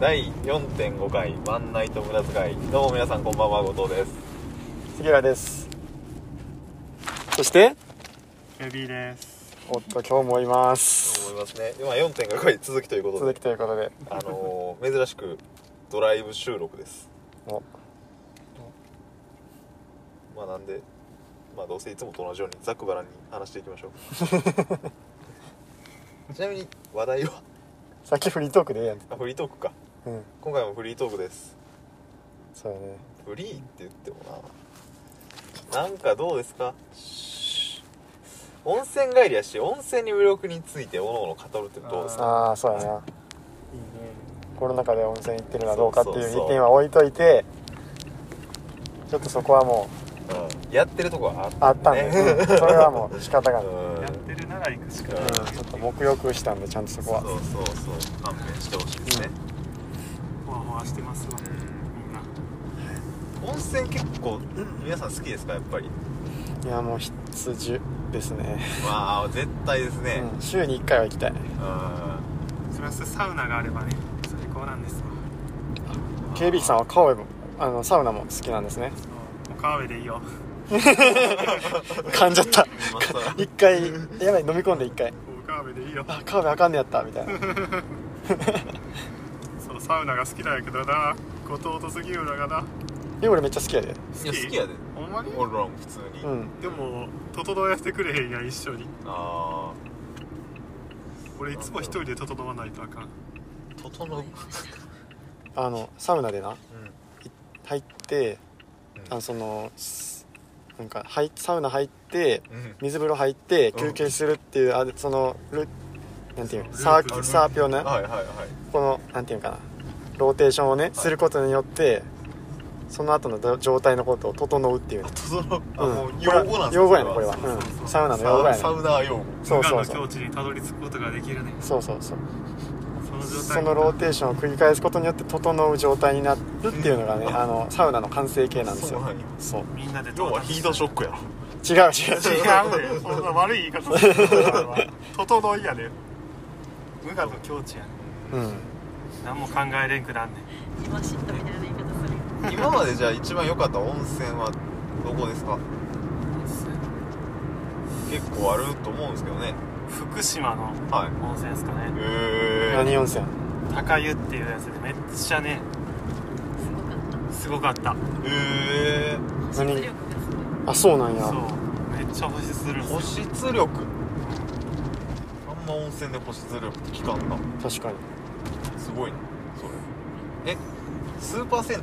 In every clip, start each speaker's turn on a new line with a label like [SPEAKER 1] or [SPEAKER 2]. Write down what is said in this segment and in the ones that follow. [SPEAKER 1] 第4.5回ワンナイト無駄遣いどうも皆さんこんばんは後藤です
[SPEAKER 2] 杉浦ですそして
[SPEAKER 3] ベビーです。
[SPEAKER 2] おっと今日もいます
[SPEAKER 1] 思いますね今4.5回続きということ
[SPEAKER 2] 続
[SPEAKER 1] で
[SPEAKER 2] きということで
[SPEAKER 1] あのー珍しくドライブ収録です
[SPEAKER 2] お
[SPEAKER 1] まあなんでまあどうせいつもと同じようにざっくばらんに話していきましょうちなみに話題は
[SPEAKER 2] さっきフリートークでええやん
[SPEAKER 1] あフリートークか
[SPEAKER 2] うん
[SPEAKER 1] 今回もフリートークです
[SPEAKER 2] そうやね
[SPEAKER 1] フリーって言ってもななんかどうですかし温泉帰りやし温泉に魅力についておのおの語るってどうですか
[SPEAKER 2] ああそうやない
[SPEAKER 3] いね。
[SPEAKER 2] コロナ禍で温泉行ってるのはどうかって
[SPEAKER 1] そう
[SPEAKER 2] い
[SPEAKER 1] そう
[SPEAKER 2] う
[SPEAKER 1] そう
[SPEAKER 2] 意見は置いといてちょっとそこはもう
[SPEAKER 1] うんやってるとこは
[SPEAKER 2] あったんで、
[SPEAKER 1] ね
[SPEAKER 2] うん それはもう仕方がない、うん、
[SPEAKER 1] うん
[SPEAKER 3] やってるなら行くしかない。
[SPEAKER 2] ちょっと目浴したんでちゃんとそこ
[SPEAKER 1] そう
[SPEAKER 2] は
[SPEAKER 1] そうそう勘弁してほしいですね、
[SPEAKER 3] ほわほわしてますわ。みんな。
[SPEAKER 1] 温泉結構皆さん好きですかやっぱり
[SPEAKER 2] いやもう必需ですね、
[SPEAKER 1] まあ絶対ですね
[SPEAKER 2] うん、週に1回は行きたい
[SPEAKER 1] うん
[SPEAKER 3] それはサウナがあればね、最高なんですわ。
[SPEAKER 2] 警備士さんはカオエもあのサウナも好きなんですね
[SPEAKER 3] もう川辺でいいよ。
[SPEAKER 2] 噛んじゃった
[SPEAKER 1] まあそう
[SPEAKER 2] 一回やばい飲み込んで一回
[SPEAKER 3] もう川辺でいいよ。
[SPEAKER 2] あカオエあかんねやったみたいな
[SPEAKER 3] そうサウナが好きなんやけどな。後藤と杉浦がな。
[SPEAKER 2] で俺めっちゃ好きやで
[SPEAKER 1] いや好きやで
[SPEAKER 3] ほんまに？
[SPEAKER 1] 俺らも普通に、
[SPEAKER 2] うん
[SPEAKER 3] でも整えてくれへんやん一緒に。
[SPEAKER 1] ああ
[SPEAKER 3] 俺いつも一人で整わないとあかん。
[SPEAKER 1] 整う
[SPEAKER 2] あのサウナでな入って
[SPEAKER 1] うん
[SPEAKER 2] あのそのすなんか入サウナ入って
[SPEAKER 1] うん
[SPEAKER 2] 水風呂入って
[SPEAKER 1] うん
[SPEAKER 2] 休憩するっていう、あそのルなんていう
[SPEAKER 3] そう
[SPEAKER 2] サ
[SPEAKER 3] ルー
[SPEAKER 2] ー
[SPEAKER 3] プ
[SPEAKER 2] サーピョね、
[SPEAKER 1] はいはいはい
[SPEAKER 2] このなんていうかなローテーションをね、することによってその後のど状態のことを整うっていう
[SPEAKER 1] あ
[SPEAKER 2] ね、
[SPEAKER 1] 整うあ、
[SPEAKER 2] うん
[SPEAKER 1] もう
[SPEAKER 2] これ
[SPEAKER 1] 用
[SPEAKER 2] は
[SPEAKER 1] 語なんです
[SPEAKER 2] 用語やねこれは
[SPEAKER 1] は
[SPEAKER 3] そうそう
[SPEAKER 2] う
[SPEAKER 3] そう
[SPEAKER 2] ん、サウナの用語や
[SPEAKER 1] サ
[SPEAKER 2] ね
[SPEAKER 1] サウナー用語
[SPEAKER 2] そうそう
[SPEAKER 3] 無
[SPEAKER 2] そ
[SPEAKER 3] 我の
[SPEAKER 2] う
[SPEAKER 3] 境地にたどり着くことができるね。
[SPEAKER 2] そうそうそう
[SPEAKER 3] その状態。
[SPEAKER 2] そのローテーションを繰り返すことによって整う状態になるっていうのがね、
[SPEAKER 1] うん
[SPEAKER 2] あのサウナの完成形なんです
[SPEAKER 1] そう
[SPEAKER 2] よ
[SPEAKER 1] なんや
[SPEAKER 2] そう
[SPEAKER 3] みんなで
[SPEAKER 1] 要はヒートショックやろ
[SPEAKER 2] 違う 違う違
[SPEAKER 3] 違
[SPEAKER 2] う
[SPEAKER 3] うね そんな悪い言い方するととのいやで無我の境地やね
[SPEAKER 2] うん
[SPEAKER 3] 何も考えれんくなんねん
[SPEAKER 4] しましったみたいな言い方する
[SPEAKER 1] 今までじゃあ一番良かった温泉はどこですか結構あると思うんですけどね
[SPEAKER 3] 福島の
[SPEAKER 1] はい
[SPEAKER 3] 温泉ですかね
[SPEAKER 1] えー、
[SPEAKER 2] 何温泉
[SPEAKER 3] 高湯っていうやつでめっちゃね
[SPEAKER 4] すごかっ
[SPEAKER 3] すごかった
[SPEAKER 1] え
[SPEAKER 4] た
[SPEAKER 2] 何
[SPEAKER 4] 実力がすごい
[SPEAKER 2] あそうなん
[SPEAKER 3] そう
[SPEAKER 2] や
[SPEAKER 3] めっちゃ保湿するん
[SPEAKER 1] ー、
[SPEAKER 3] すよ
[SPEAKER 1] 保湿力あんま温泉で保湿力って聞かんな
[SPEAKER 2] 確かに
[SPEAKER 1] すごいなそれえスーパー銭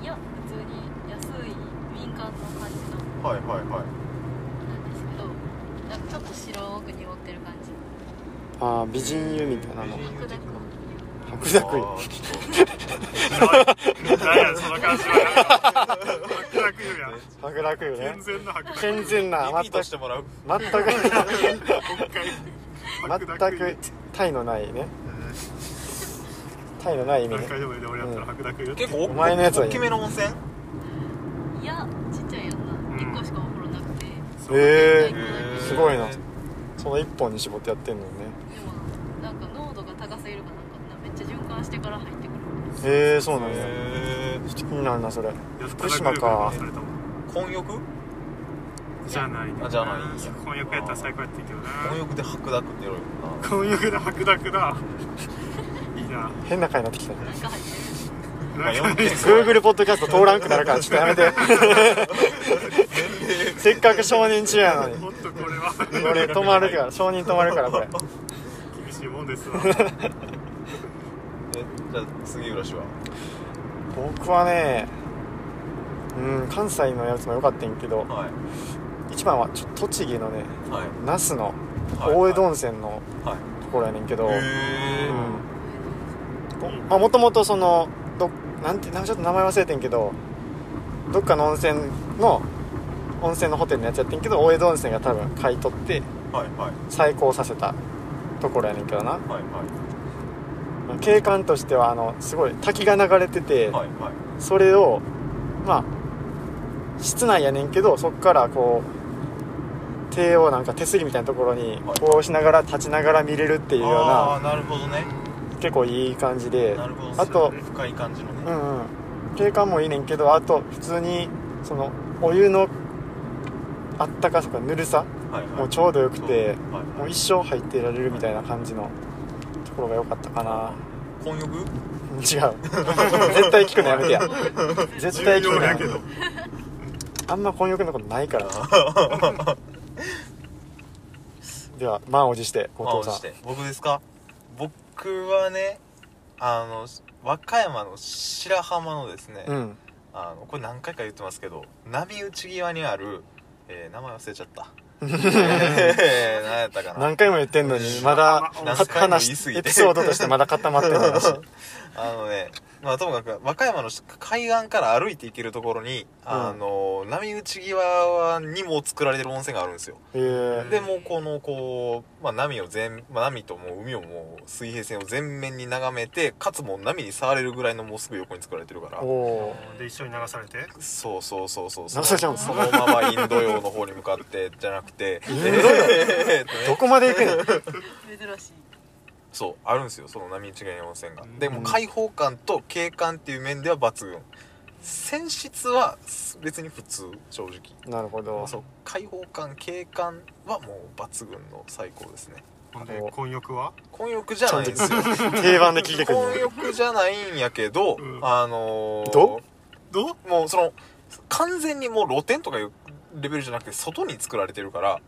[SPEAKER 1] 湯
[SPEAKER 4] いや普通に安い民間の感じの
[SPEAKER 1] はいはいはい
[SPEAKER 4] なんですけどなんかちょっと白く濁ってる感じ
[SPEAKER 2] あー美人湯みたいなの
[SPEAKER 1] 美人
[SPEAKER 4] 白濁
[SPEAKER 2] 白濁湯
[SPEAKER 1] あーちょっと
[SPEAKER 3] 何やその感じは白濁湯や
[SPEAKER 2] 白濁湯ね
[SPEAKER 3] 健全な白濁
[SPEAKER 2] 健全な
[SPEAKER 1] リピー
[SPEAKER 2] 全く
[SPEAKER 1] トしてもらう
[SPEAKER 2] 全
[SPEAKER 3] 白濁
[SPEAKER 2] く
[SPEAKER 3] 白
[SPEAKER 2] 全
[SPEAKER 3] 濁
[SPEAKER 2] くタイのないねタイのない意味
[SPEAKER 3] 何
[SPEAKER 2] ね
[SPEAKER 3] 回でもいいで俺やったら白濁湯って
[SPEAKER 1] 結構お
[SPEAKER 2] お前のやつはいい
[SPEAKER 1] 大きめの温泉
[SPEAKER 4] いやちっちゃいやん
[SPEAKER 3] ん
[SPEAKER 4] な一個しかお風呂なくて
[SPEAKER 2] え
[SPEAKER 4] えー
[SPEAKER 2] すごいなその一本に絞ってやってんのね
[SPEAKER 4] でもなんか濃度が高すぎるかなんかなめっちゃ循環してから入ってくる
[SPEAKER 2] へえそうなんや
[SPEAKER 1] え
[SPEAKER 2] 気になるなそれ
[SPEAKER 3] いや
[SPEAKER 2] 福島か
[SPEAKER 3] それとも
[SPEAKER 1] ー、混浴
[SPEAKER 3] じゃない
[SPEAKER 1] あじゃないんや
[SPEAKER 3] 婚約やったら最高やってんけどな
[SPEAKER 1] 混浴で白濁ってやろうよな
[SPEAKER 3] 婚約だ白濁だいいな
[SPEAKER 2] 変な回になってきたね
[SPEAKER 4] なんか入ってる
[SPEAKER 1] まあ
[SPEAKER 3] なんか
[SPEAKER 2] Google ポッドキャスト通らんくなるからちょっとやめてせっかく承認中やのに
[SPEAKER 3] もっとこれは
[SPEAKER 2] 俺止まるから承認止まるからこれ
[SPEAKER 3] 厳しいもんですわ
[SPEAKER 1] えじゃあ杉浦氏は
[SPEAKER 2] 僕はねうん関西のやつも良かったんやけど
[SPEAKER 1] はい
[SPEAKER 2] 一番はちょっと栃木のね
[SPEAKER 1] はい
[SPEAKER 2] 那須の
[SPEAKER 1] はい
[SPEAKER 2] 大江戸温泉の
[SPEAKER 1] はい
[SPEAKER 2] ところやねんけど、
[SPEAKER 1] へ
[SPEAKER 2] うんまあもともとそのどなんてなんかちょっと名前忘れてんけどどっかの温泉の温泉のホテルのやつやってんけど大江戸温泉が多分買い取って
[SPEAKER 1] ーはいはい
[SPEAKER 2] 再興させたところやねんけどな
[SPEAKER 1] はいはい
[SPEAKER 2] 景観としてはあのすごい滝が流れてて、
[SPEAKER 1] はいはい
[SPEAKER 2] それをまあ室内やねんけどそっからこう手をなんか手すりみたいなところに
[SPEAKER 1] はい
[SPEAKER 2] こうしながら立ちながら見れるっていうよう
[SPEAKER 1] ああ
[SPEAKER 2] な
[SPEAKER 1] ーなるほどね
[SPEAKER 2] 結構いい感じで
[SPEAKER 1] なるほど
[SPEAKER 2] あと
[SPEAKER 1] 深い感じの
[SPEAKER 2] う
[SPEAKER 1] ね、
[SPEAKER 2] んうん景観もいいねんけどあと普通にそのお湯のあったかさとかぬるさ
[SPEAKER 1] はいはい
[SPEAKER 2] もうちょうどよくて
[SPEAKER 1] そうはい
[SPEAKER 2] もう一生入っていられるみたいな感じのところが良かったかな
[SPEAKER 1] 混浴
[SPEAKER 2] うん違う 絶対聞くのやめて や絶対聞
[SPEAKER 3] 重
[SPEAKER 2] く
[SPEAKER 3] 要
[SPEAKER 2] のや
[SPEAKER 3] や
[SPEAKER 2] め
[SPEAKER 3] け
[SPEAKER 2] て
[SPEAKER 3] ど
[SPEAKER 2] あんま混浴のことないから では満を持して後
[SPEAKER 1] 青
[SPEAKER 2] 藤さ
[SPEAKER 1] して僕ですか僕はねあの和歌山の白浜のですね、
[SPEAKER 2] んうん
[SPEAKER 1] あのこれ何回か言ってますけど波打ち際にある、えー名前忘れちゃ った、えー、何やったかな
[SPEAKER 2] 何回も言ってんのにまだ
[SPEAKER 3] 何
[SPEAKER 2] か
[SPEAKER 1] 回も言い
[SPEAKER 2] 話
[SPEAKER 1] 過ぎて
[SPEAKER 2] エピソードとしてまだ固まって ない話
[SPEAKER 1] あのねまあともかく和歌山の海岸から歩いて行けるところに、あの波打ち際にも作られてる温泉があるんですよ
[SPEAKER 2] えー
[SPEAKER 1] でもうこのこう、まあ、波を全、まあ、波ともう海をもう水平線を全面に眺めてかつもう波に触れるぐらいのもうすぐ横に作られてるから
[SPEAKER 2] おお
[SPEAKER 3] で一緒に流されて
[SPEAKER 1] そうそうそうそう
[SPEAKER 2] 流されちゃうんです
[SPEAKER 1] そ
[SPEAKER 2] か
[SPEAKER 1] のままインド洋の方に向かってじゃなくて
[SPEAKER 2] インド洋
[SPEAKER 1] えーっとね
[SPEAKER 2] どこまで行くの
[SPEAKER 4] 珍しい
[SPEAKER 1] そうあるんですよその波打ち際の温泉が
[SPEAKER 3] うん
[SPEAKER 1] でもう開放感と景観っていう面では抜群泉質は別に普通正直
[SPEAKER 2] なるほど
[SPEAKER 1] そう開放感景観はもう抜群の最高ですね
[SPEAKER 3] ほんで混浴は
[SPEAKER 1] 混浴じゃないんですよ
[SPEAKER 2] 定番で聞いてくる
[SPEAKER 1] 混浴じゃないんやけど、
[SPEAKER 3] うん
[SPEAKER 1] あのー、
[SPEAKER 2] ど
[SPEAKER 3] どう
[SPEAKER 1] もうその完全にもう露天とかいうレベルじゃなくて外に作られてるから、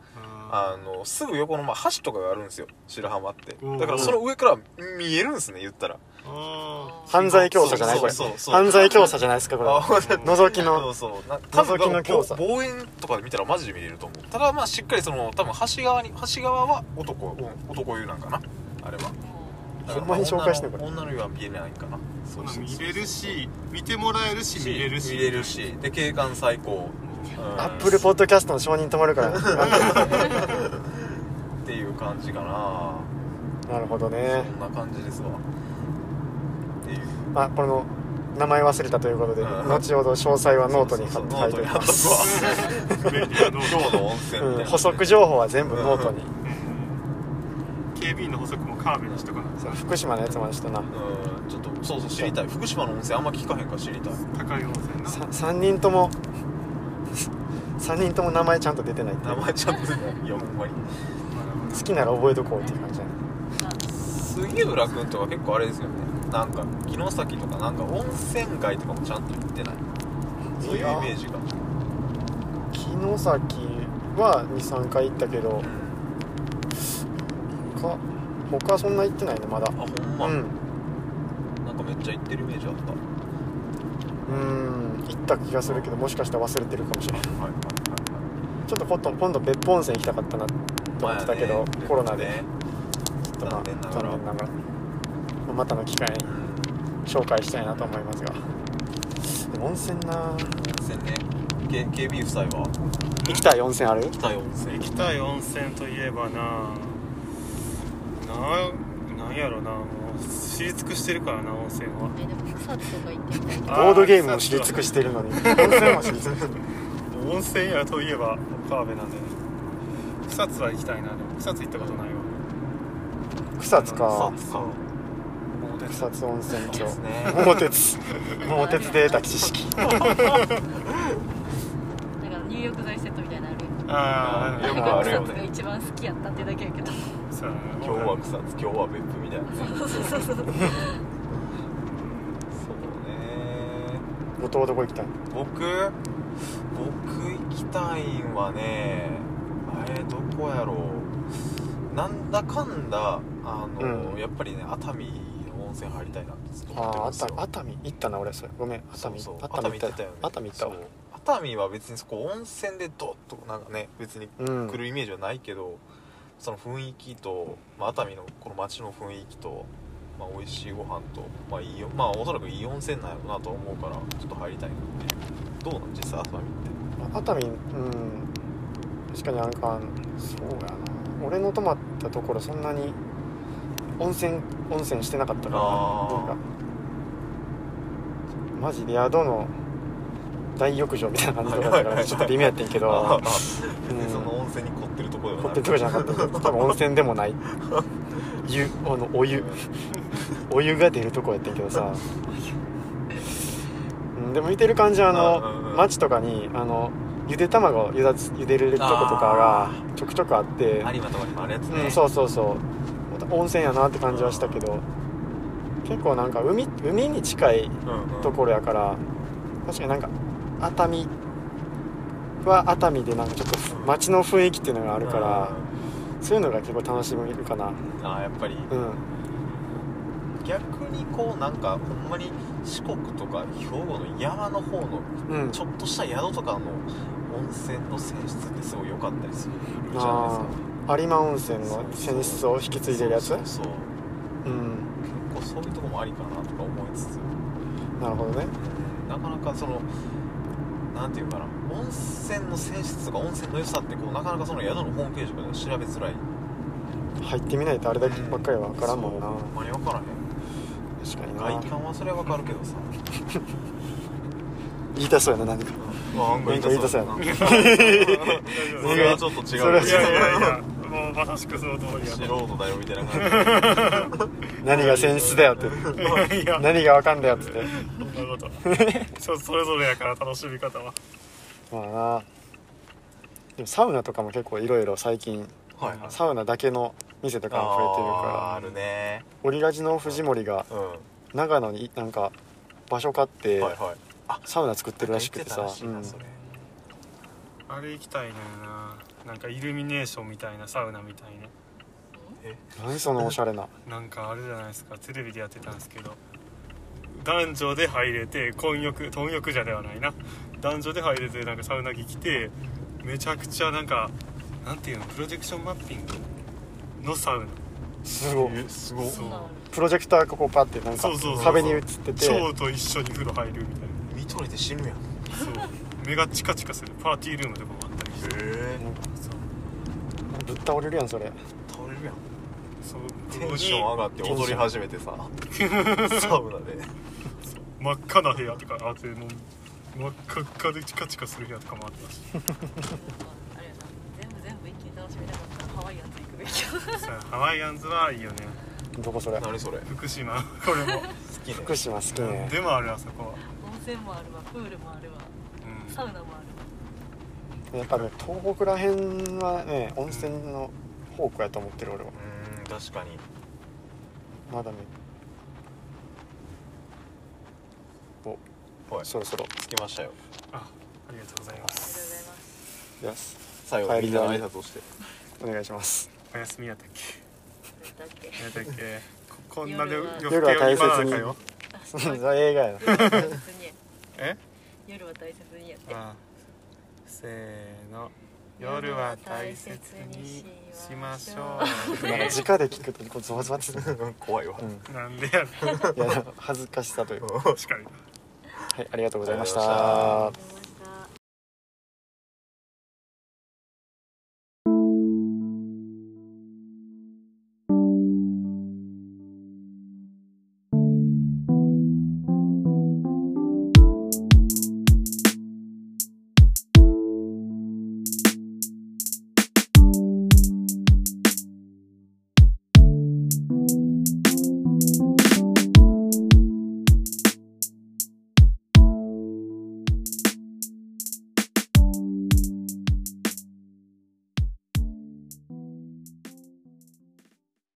[SPEAKER 1] あのすぐ横のまあ橋とかがあるんですよ白浜って
[SPEAKER 3] うん
[SPEAKER 1] だからその上から見えるんですね言ったら
[SPEAKER 3] あー
[SPEAKER 2] 犯罪教唆じゃないこれ
[SPEAKER 1] そうそうそう
[SPEAKER 2] 犯罪教唆じゃないですかこれ
[SPEAKER 1] あ
[SPEAKER 2] は
[SPEAKER 1] ほんと
[SPEAKER 2] 覗き
[SPEAKER 1] そ
[SPEAKER 2] の
[SPEAKER 1] うそうな多分
[SPEAKER 2] 覗きの教唆
[SPEAKER 1] ぼ望遠とかで見たらマジで見れると思うただまあしっかりその多分橋側に橋側は男うん男湯なんかなあれはだから
[SPEAKER 2] ほんまに紹介してんのこれ
[SPEAKER 1] 女の女の湯は見えないんかなそ
[SPEAKER 3] そんなん見れるし見てもらえるし見れるし
[SPEAKER 1] 見れるしで景観最高
[SPEAKER 2] アップルポッドキャストの承認止まるからな
[SPEAKER 1] っていう感じかな
[SPEAKER 2] なるほどね
[SPEAKER 1] そんな感じですわっていう
[SPEAKER 2] まあこの名前忘れたということで
[SPEAKER 1] うん
[SPEAKER 2] 後ほど詳細はノートに書
[SPEAKER 1] そう
[SPEAKER 2] い
[SPEAKER 1] そうノート
[SPEAKER 2] てお
[SPEAKER 1] に
[SPEAKER 2] き
[SPEAKER 1] 貼っ
[SPEAKER 2] ま
[SPEAKER 1] と
[SPEAKER 2] す
[SPEAKER 1] くわ
[SPEAKER 3] 便利やの
[SPEAKER 1] 今 日の温泉みたいな
[SPEAKER 2] うん補足情報は全部ノートに
[SPEAKER 3] うん警備員の補足もカーベにしとかな
[SPEAKER 2] そう福島のやつまでしたな
[SPEAKER 1] うんちょっとそうそう知りたい福島の温泉あんま聞かへんから知りたい
[SPEAKER 3] 高い温泉な
[SPEAKER 2] 3人とも3人とも名前ちゃんと出てないってい
[SPEAKER 1] 名
[SPEAKER 2] う
[SPEAKER 1] 前ちゃんと出てないいやほんまに
[SPEAKER 2] 好きなら覚えとこうっていう感じだね
[SPEAKER 1] 杉浦君とか結構あれですよねなんか城崎とかなんか温泉街とかもちゃんと行ってないそういうイメージが
[SPEAKER 2] 城崎は23回行ったけど
[SPEAKER 1] うん
[SPEAKER 2] 他他そんな行ってないねまだ
[SPEAKER 1] あほんま、
[SPEAKER 2] うん
[SPEAKER 1] なんかめっちゃ行ってるイメージあった
[SPEAKER 2] うーん行った気がするけどもしかしたら忘れてるかもしれない
[SPEAKER 1] はいはいはいはい
[SPEAKER 2] ちょっと今度今度別府温泉行きたかったなと思ってたけど、コロナで、ちょっとまあ
[SPEAKER 1] 残念ながら
[SPEAKER 2] 残念ながら、まあまたの機会に
[SPEAKER 1] 温
[SPEAKER 2] 紹介したいなと思いますがでも温泉な
[SPEAKER 1] 泉ね K- KB 夫妻は
[SPEAKER 2] 行きたい温泉ある
[SPEAKER 1] 来た温泉
[SPEAKER 3] 行きたい温泉といえばななんなんやろなもう知り尽くしてるからな温泉は
[SPEAKER 4] えでも草津とか行ってみたいけど
[SPEAKER 2] ボ
[SPEAKER 3] あ
[SPEAKER 2] ードゲームも知り尽くしてるのに温泉も知り尽くしてる
[SPEAKER 3] 温泉やといえば川辺なんでね草津は行きたいなでも草津行ったことないわ
[SPEAKER 2] 草津か
[SPEAKER 1] さつか
[SPEAKER 3] もうで
[SPEAKER 2] 草津温泉
[SPEAKER 1] いい
[SPEAKER 2] 郷
[SPEAKER 1] ですね
[SPEAKER 2] 桃 鉄桃鉄で得た知識
[SPEAKER 4] なんか入浴剤セットみたいなのある
[SPEAKER 3] あ
[SPEAKER 1] ー
[SPEAKER 3] あ
[SPEAKER 1] よ
[SPEAKER 3] よ
[SPEAKER 1] く
[SPEAKER 3] く
[SPEAKER 1] あ
[SPEAKER 3] あ
[SPEAKER 1] る
[SPEAKER 3] る
[SPEAKER 1] よ
[SPEAKER 3] よ
[SPEAKER 4] 草津が一番好きやったってだけやけど
[SPEAKER 1] 今日は草津今日は別府みたいなね
[SPEAKER 4] そうそうそうそう
[SPEAKER 1] そうね
[SPEAKER 2] 後藤どこ行きたい
[SPEAKER 1] 僕僕行きたいんはねあれどこやろうなんだかんだあの、
[SPEAKER 2] うん
[SPEAKER 1] やっぱりね熱海の温泉入りたいなってずっと思っ
[SPEAKER 2] あ
[SPEAKER 1] てる
[SPEAKER 2] あ
[SPEAKER 1] んです
[SPEAKER 2] 熱
[SPEAKER 1] よ
[SPEAKER 2] 海熱海行ったな俺それごめん熱海
[SPEAKER 1] そうそう
[SPEAKER 2] 熱海行っ
[SPEAKER 1] 熱
[SPEAKER 2] た
[SPEAKER 1] 海
[SPEAKER 2] よ
[SPEAKER 1] 行
[SPEAKER 2] 熱海行ったわ
[SPEAKER 1] そう熱海は別にそこ温泉でドッとなんかね別に
[SPEAKER 2] うん
[SPEAKER 1] 来るイメージはないけど、その雰囲気と、まあ、熱海のこの街の雰囲気と、まあ、美味しいご飯とまあいいよまあおそらくいい温泉なんやろうなとは思うからちょっと入りたいなっていうどうなん実際熱海って
[SPEAKER 2] 熱海うん確かになんかそうやな俺の泊まったところそんなに温泉温泉してなかったから
[SPEAKER 1] あー
[SPEAKER 2] なんかマジで宿の大浴場みたいな感じとかだか
[SPEAKER 1] はいはいは
[SPEAKER 2] ら
[SPEAKER 1] い
[SPEAKER 2] ちょっと微妙やってんけ
[SPEAKER 1] あ
[SPEAKER 2] ど
[SPEAKER 1] あ別にその温泉に凝ってるとこでは
[SPEAKER 2] 凝
[SPEAKER 1] な
[SPEAKER 2] っ
[SPEAKER 1] い
[SPEAKER 2] てるとかじゃなかった多分温泉でもない湯あのお湯お湯が出るとこやったけどさうんでも見てる感じあ
[SPEAKER 1] うんうんう
[SPEAKER 2] の
[SPEAKER 1] ん
[SPEAKER 2] 町とかにあのゆで卵をゆだつゆでれるとことかがちょくちょくあって
[SPEAKER 1] 有馬とかにもあるやつね、
[SPEAKER 2] うん、そうそうそう温泉やなって感じはしたけど結構なんか海海に近い
[SPEAKER 1] うんうん
[SPEAKER 2] ところやから確かになんか熱海は熱海でなんかちょっと街の雰囲気っていうのがあるから、そういうのが結構楽しめるかな
[SPEAKER 1] うんああやっぱり
[SPEAKER 2] うん
[SPEAKER 1] 逆にこうなんかほんまに四国とか兵庫の山の方の
[SPEAKER 2] うん
[SPEAKER 1] ちょっとした宿とかの温泉の泉質ってすごい良かったりするじゃないです
[SPEAKER 2] あ
[SPEAKER 1] か
[SPEAKER 2] ー有馬温泉の泉質を引き継いでるやつ
[SPEAKER 1] そう
[SPEAKER 2] う
[SPEAKER 1] そうそうん結構そういうとこもありかなとか思いつつ
[SPEAKER 2] なるほどね
[SPEAKER 1] なかなかそのなんていうかな温泉の泉質とか温泉の良さってこうなかなかその宿のホームページとかでは調べづらい
[SPEAKER 2] 入ってみないとあれだけばっかりは分からんもんな
[SPEAKER 1] そうほんまに分からへ
[SPEAKER 2] 確かに
[SPEAKER 1] ん
[SPEAKER 2] な
[SPEAKER 1] 外観はそれは分かるけどさ
[SPEAKER 2] 言いたそうやななんか
[SPEAKER 1] なんか言いたそうやな
[SPEAKER 2] なんか
[SPEAKER 1] それはちょっと違う
[SPEAKER 2] それは違う
[SPEAKER 3] いやいやいやもうまさしくその通り
[SPEAKER 1] 素
[SPEAKER 3] や
[SPEAKER 1] 人だよみたいな感
[SPEAKER 2] 何が泉質だよって
[SPEAKER 3] いや
[SPEAKER 2] 何が分かんだよって
[SPEAKER 3] そんなことそそれぞれやから楽しみ方は
[SPEAKER 2] まあなでもサウナとかも結構いろいろ最近
[SPEAKER 1] じはいはい
[SPEAKER 2] サウナだけの店とかも増えてる
[SPEAKER 1] あーあ
[SPEAKER 2] から
[SPEAKER 1] るね
[SPEAKER 2] オリラジの藤森が
[SPEAKER 1] うんは
[SPEAKER 2] 長野になんか場所買っ
[SPEAKER 1] い
[SPEAKER 2] て
[SPEAKER 1] はい
[SPEAKER 2] サウナ作ってるらしく
[SPEAKER 1] 言ってた
[SPEAKER 2] さ
[SPEAKER 1] らしいなそれ
[SPEAKER 3] あれ行きたいねんななんかイルミネーションみたいなサウナみたいな
[SPEAKER 2] うん何そのおしゃれな
[SPEAKER 3] なんかあれじゃないですかテレビでやってたんですけど男女で入れて混浴混浴じゃではないな男女で入れてなんかサウナ着着てめちゃくちゃなんかなんていうのプロジェクションマッピングのサウナ
[SPEAKER 2] すごい
[SPEAKER 1] えすごっ
[SPEAKER 3] そう
[SPEAKER 2] プロジェクターがこうパッてなんか
[SPEAKER 3] そうそうそう
[SPEAKER 2] 壁に映ってて
[SPEAKER 3] 蝶と一緒に風呂入るみたい
[SPEAKER 1] 見とれて死ぬやんへ
[SPEAKER 3] なそう 目がチカチカするパーティールームとかもあったりして
[SPEAKER 1] え
[SPEAKER 3] そう
[SPEAKER 2] ぶっ倒れるやんそれ
[SPEAKER 1] 倒れるやん
[SPEAKER 3] そう
[SPEAKER 1] テンション上がって踊り始めてさ サウナで
[SPEAKER 3] 真っ赤な部屋とかあってもう真っ赤っかでチカチカする部屋とかもあったし
[SPEAKER 4] あれやな全部全部一気に楽しみたかったらハワイアンズ行くべきや
[SPEAKER 3] さあハワイアンズはいいよね
[SPEAKER 2] どこそれ
[SPEAKER 1] 何それ好
[SPEAKER 3] 福島これも
[SPEAKER 1] きね
[SPEAKER 2] 福島好きね
[SPEAKER 3] でもあるあそこは、
[SPEAKER 4] 温泉もあるわプールもあるわ
[SPEAKER 3] うん
[SPEAKER 4] サウナもあるわ
[SPEAKER 2] やっぱね東北らへんはね温泉の宝庫やと思ってる俺は
[SPEAKER 1] うーん確かに
[SPEAKER 2] まだねお
[SPEAKER 1] はい
[SPEAKER 2] そろそろ
[SPEAKER 1] 着きましたよ
[SPEAKER 3] あありがとうございま
[SPEAKER 4] ありがとうご
[SPEAKER 3] す
[SPEAKER 4] ざいます
[SPEAKER 2] です
[SPEAKER 1] 最後
[SPEAKER 2] 帰
[SPEAKER 1] み
[SPEAKER 2] り
[SPEAKER 1] ん
[SPEAKER 2] だ
[SPEAKER 1] な
[SPEAKER 2] ね
[SPEAKER 1] の挨拶をして
[SPEAKER 2] お願いします
[SPEAKER 3] おやすみやったっけ
[SPEAKER 4] だって
[SPEAKER 3] やったっけここんなで
[SPEAKER 4] 夜は
[SPEAKER 3] 夜更けを今なかよ
[SPEAKER 4] あ
[SPEAKER 2] そ
[SPEAKER 4] そう
[SPEAKER 2] れ
[SPEAKER 4] 夜は
[SPEAKER 2] 映画 やな
[SPEAKER 4] 大切に
[SPEAKER 3] え
[SPEAKER 4] 夜は大切にやって
[SPEAKER 3] あせーの夜は大切にしましょ
[SPEAKER 2] なんか直で聞くとこうゾワゾワってする、
[SPEAKER 1] 怖いわ
[SPEAKER 2] うん、
[SPEAKER 3] うなんでやねん
[SPEAKER 2] いや恥ずかしさというか
[SPEAKER 3] 確かに
[SPEAKER 2] はいありがとうございまし
[SPEAKER 1] ありがとうございました
[SPEAKER 2] た
[SPEAKER 4] う